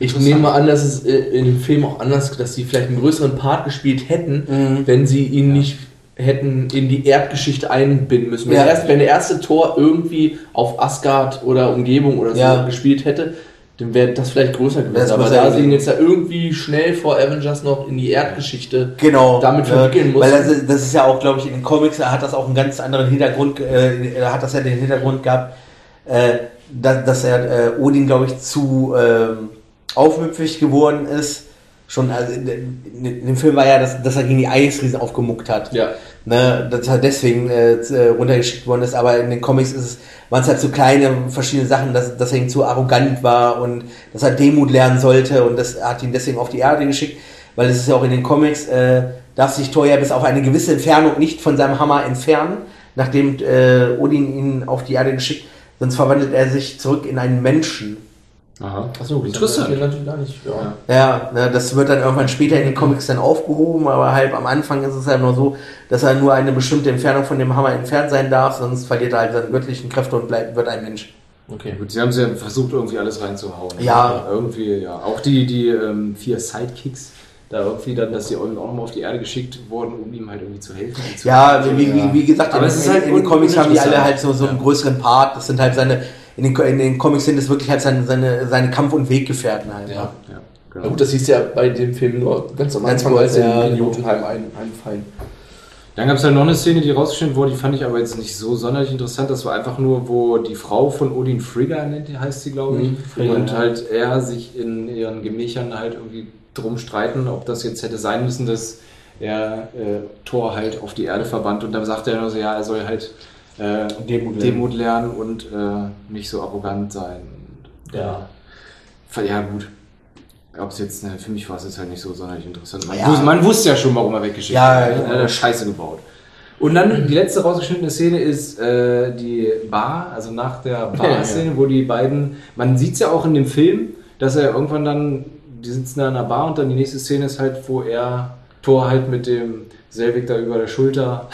Ich nehme an, dass es äh, in dem Film auch anders, dass sie vielleicht einen größeren Part gespielt
Mhm.
hätten, wenn sie ihn nicht hätten in die Erdgeschichte einbinden müssen. Wenn,
Ja.
erst, wenn der erste Tor irgendwie auf Asgard oder Umgebung oder so
Ja.
gespielt hätte, dann wäre das vielleicht größer
Wär's
gewesen. Aber
größer
da sie
gewesen.
ihn jetzt ja irgendwie schnell vor Avengers noch in die Erdgeschichte.
Genau.
damit verwickeln
Weil
mussten.
das ist, das ist ja auch, glaube ich, in den Comics hat das auch einen ganz anderen Hintergrund, äh, er hat das ja den Hintergrund gehabt, äh, dass, dass er äh, Odin, glaube ich, zu ähm, aufmüpfig geworden ist. Schon, also in, in, in dem Film war ja, dass, dass er gegen die Eisriesen aufgemuckt hat.
Ja.
Ne, dass er deswegen äh, z- äh, runtergeschickt worden ist, aber in den Comics ist es, waren es halt so kleine verschiedene Sachen, dass, dass er ihm zu arrogant war und dass er Demut lernen sollte und das hat ihn deswegen auf die Erde geschickt, weil es ist ja auch in den Comics, äh, darf sich Thor ja bis auf eine gewisse Entfernung nicht von seinem Hammer entfernen, nachdem äh, Odin ihn auf die Erde geschickt, sonst verwandelt er sich zurück in einen Menschen.
Aha. Achso,
Das
interessant.
hat mir natürlich gar nicht. Ja.
Ja, ne, das wird dann irgendwann später in den Comics dann aufgehoben, aber halt am Anfang ist es halt nur so, dass er nur eine bestimmte Entfernung von dem Hammer entfernt sein darf, sonst verliert er halt seine göttlichen Kräfte und bleibt, wird ein Mensch.
Okay.
Gut, sie haben sie ja versucht, irgendwie alles reinzuhauen.
Ja.
Irgendwie, ja. Auch die, die ähm, vier Sidekicks, da irgendwie dann, dass sie auch nochmal auf die Erde geschickt wurden, um ihm halt irgendwie zu helfen. die Zu
Ja, wie, wie, wie gesagt,
Aber
in,
es ist
in,
halt
in den
un-
Comics haben die alle
uninteressant.
halt so, so einen größeren Part, das sind halt seine, in den, in den Comics sind es wirklich halt seine, seine, seine Kampf- und Weggefährten halt.
Ja.
Ja,
Na
genau.
gut, das hieß ja bei dem Film nur ganz am
Ganz
Anfang, als
am Anfang,
er in
ja. genau.
Jotunheim ein, einfallen.
Dann gab es halt noch eine Szene, die rausgeschnitten wurde, die fand ich aber jetzt nicht so sonderlich interessant. Das war einfach nur, wo die Frau von Odin Frigga nennt, die heißt sie, glaube
Mhm,
ich. und halt er sich in ihren Gemächern halt irgendwie drum streiten, ob das jetzt hätte sein müssen, dass er äh, Thor halt auf die Erde verbannt. Und dann sagt er nur so, ja, er soll halt äh,
Demut lernen.
Demut lernen und äh, nicht so arrogant sein.
Ja.
Ver- Ja, gut. Ob es jetzt, ne, für mich war es jetzt halt nicht so sonderlich interessant. Man,
Ja.
wus- man wusste ja schon, warum er weggeschickt
Ja,
wurde.
ja,
ne? Er hat da Scheiße gebaut. Und dann die letzte rausgeschnittene Szene ist äh, die Bar, also nach der Bar-Szene, wo die beiden, man sieht es ja auch in dem Film, dass er irgendwann dann, die sitzen da in einer Bar und dann die nächste Szene ist halt, wo er Thor halt mit dem Selvig da über der Schulter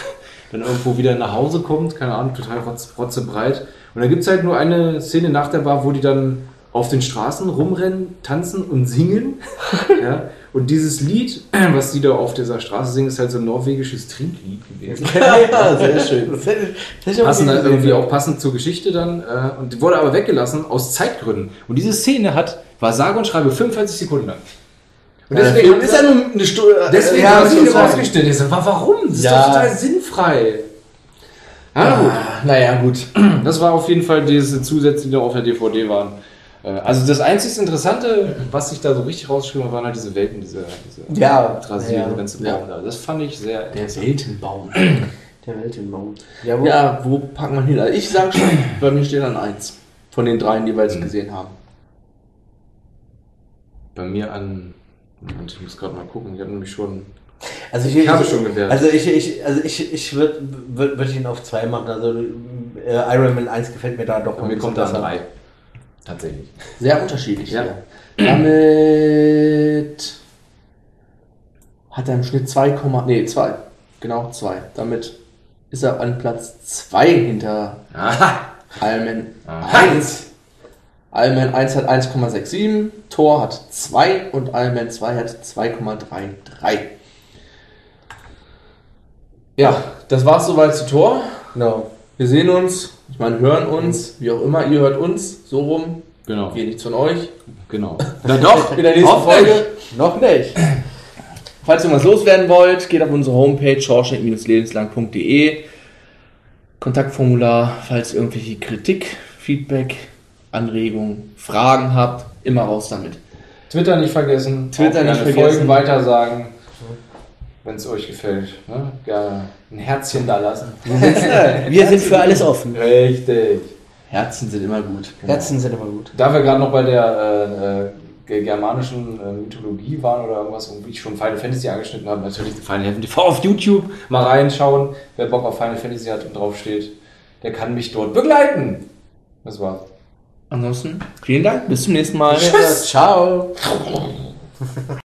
dann irgendwo wieder nach Hause kommt, keine Ahnung, total rotz, rotzebreit. Und dann gibt es halt nur eine Szene nach der Bar, wo die dann auf den Straßen rumrennen, tanzen und singen. ja. Und dieses Lied, was die da auf dieser Straße singen, ist halt so ein norwegisches Trinklied
ne?
gewesen.
ja, sehr schön.
Das hätte, das hätte ich auch
Passend
nicht
halt
gesehen.
irgendwie auch passend zur Geschichte dann äh, und die wurde aber weggelassen aus Zeitgründen. Und diese Szene hat, war sage und schreibe 45 Sekunden lang. Und deswegen, haben
ist
sie-
ja nur eine Stunde.
deswegen
Ja,
haben sie
das
die
ist so.
rausgestellt. Ich so, wa- warum? Das ist
Ja.
doch total sinnfrei. Ah, gut.
Naja, gut.
Das war auf jeden Fall diese Zusätze, die noch auf der DVD waren. Äh, Also das einzig Interessante, was sich da so richtig rausgeschrieben hat, waren halt diese Welten, diese, diese
Ja,
Rasierung,
ja.
ganze Baum da. Das fand ich sehr
Der Weltenbaum.
Der Welt im Baum. Ja, wo,
Ja, wo packt man hin? Also ich sag schon, bei mir steht dann eins. Von den dreien, die wir jetzt gesehen haben.
bei mir an. Moment, ich muss gerade mal gucken, ich habe nämlich schon.
Also ich,
Ich habe schon gewertet.
Also ich, ich, also ich, ich würde würd, würd ihn auf zwei machen. Also äh, Iron Man 1 gefällt mir da doch
Bei mir kommt da an drei. Tatsächlich.
Sehr unterschiedlich.
Ja.
Damit hat er im Schnitt 2, nee, 2. Genau, 2. Damit ist er an Platz 2 hinter
Aha.
Almen
Aha.
1. Almen 1 hat 1,67, Tor hat 2 und Almen 2 hat 2,33. Ja, das war's soweit zu Tor.
Genau.
Wir sehen uns, ich meine, hören uns, wie auch immer, ihr hört uns, so rum,
Genau.
wir nichts von euch.
Genau. Na doch,
In der nächsten Folge.
Noch nicht.
Falls ihr was loswerden wollt, geht auf unsere Homepage schorschnitt-lebenslang.de. Kontaktformular, falls ihr irgendwelche Kritik, Feedback, Anregungen, Fragen habt, immer raus damit.
Twitter nicht vergessen.
Twitter
Auch
nicht
gerne
vergessen.
Folgen weitersagen. Wenn es euch gefällt. Ne? Gerne ein Herzchen da lassen.
Wir sind für alles offen.
Richtig.
Herzen sind immer gut.
Herzen sind immer gut.
Da wir gerade noch bei der äh, äh, germanischen äh, Mythologie waren oder irgendwas, und ich schon Final Fantasy angeschnitten habe, natürlich Final Fantasy TV auf YouTube mal reinschauen. Wer Bock auf Final Fantasy hat und drauf steht, der kann mich dort begleiten. Das war's.
Ansonsten, vielen Dank, bis zum nächsten Mal.
Ciao.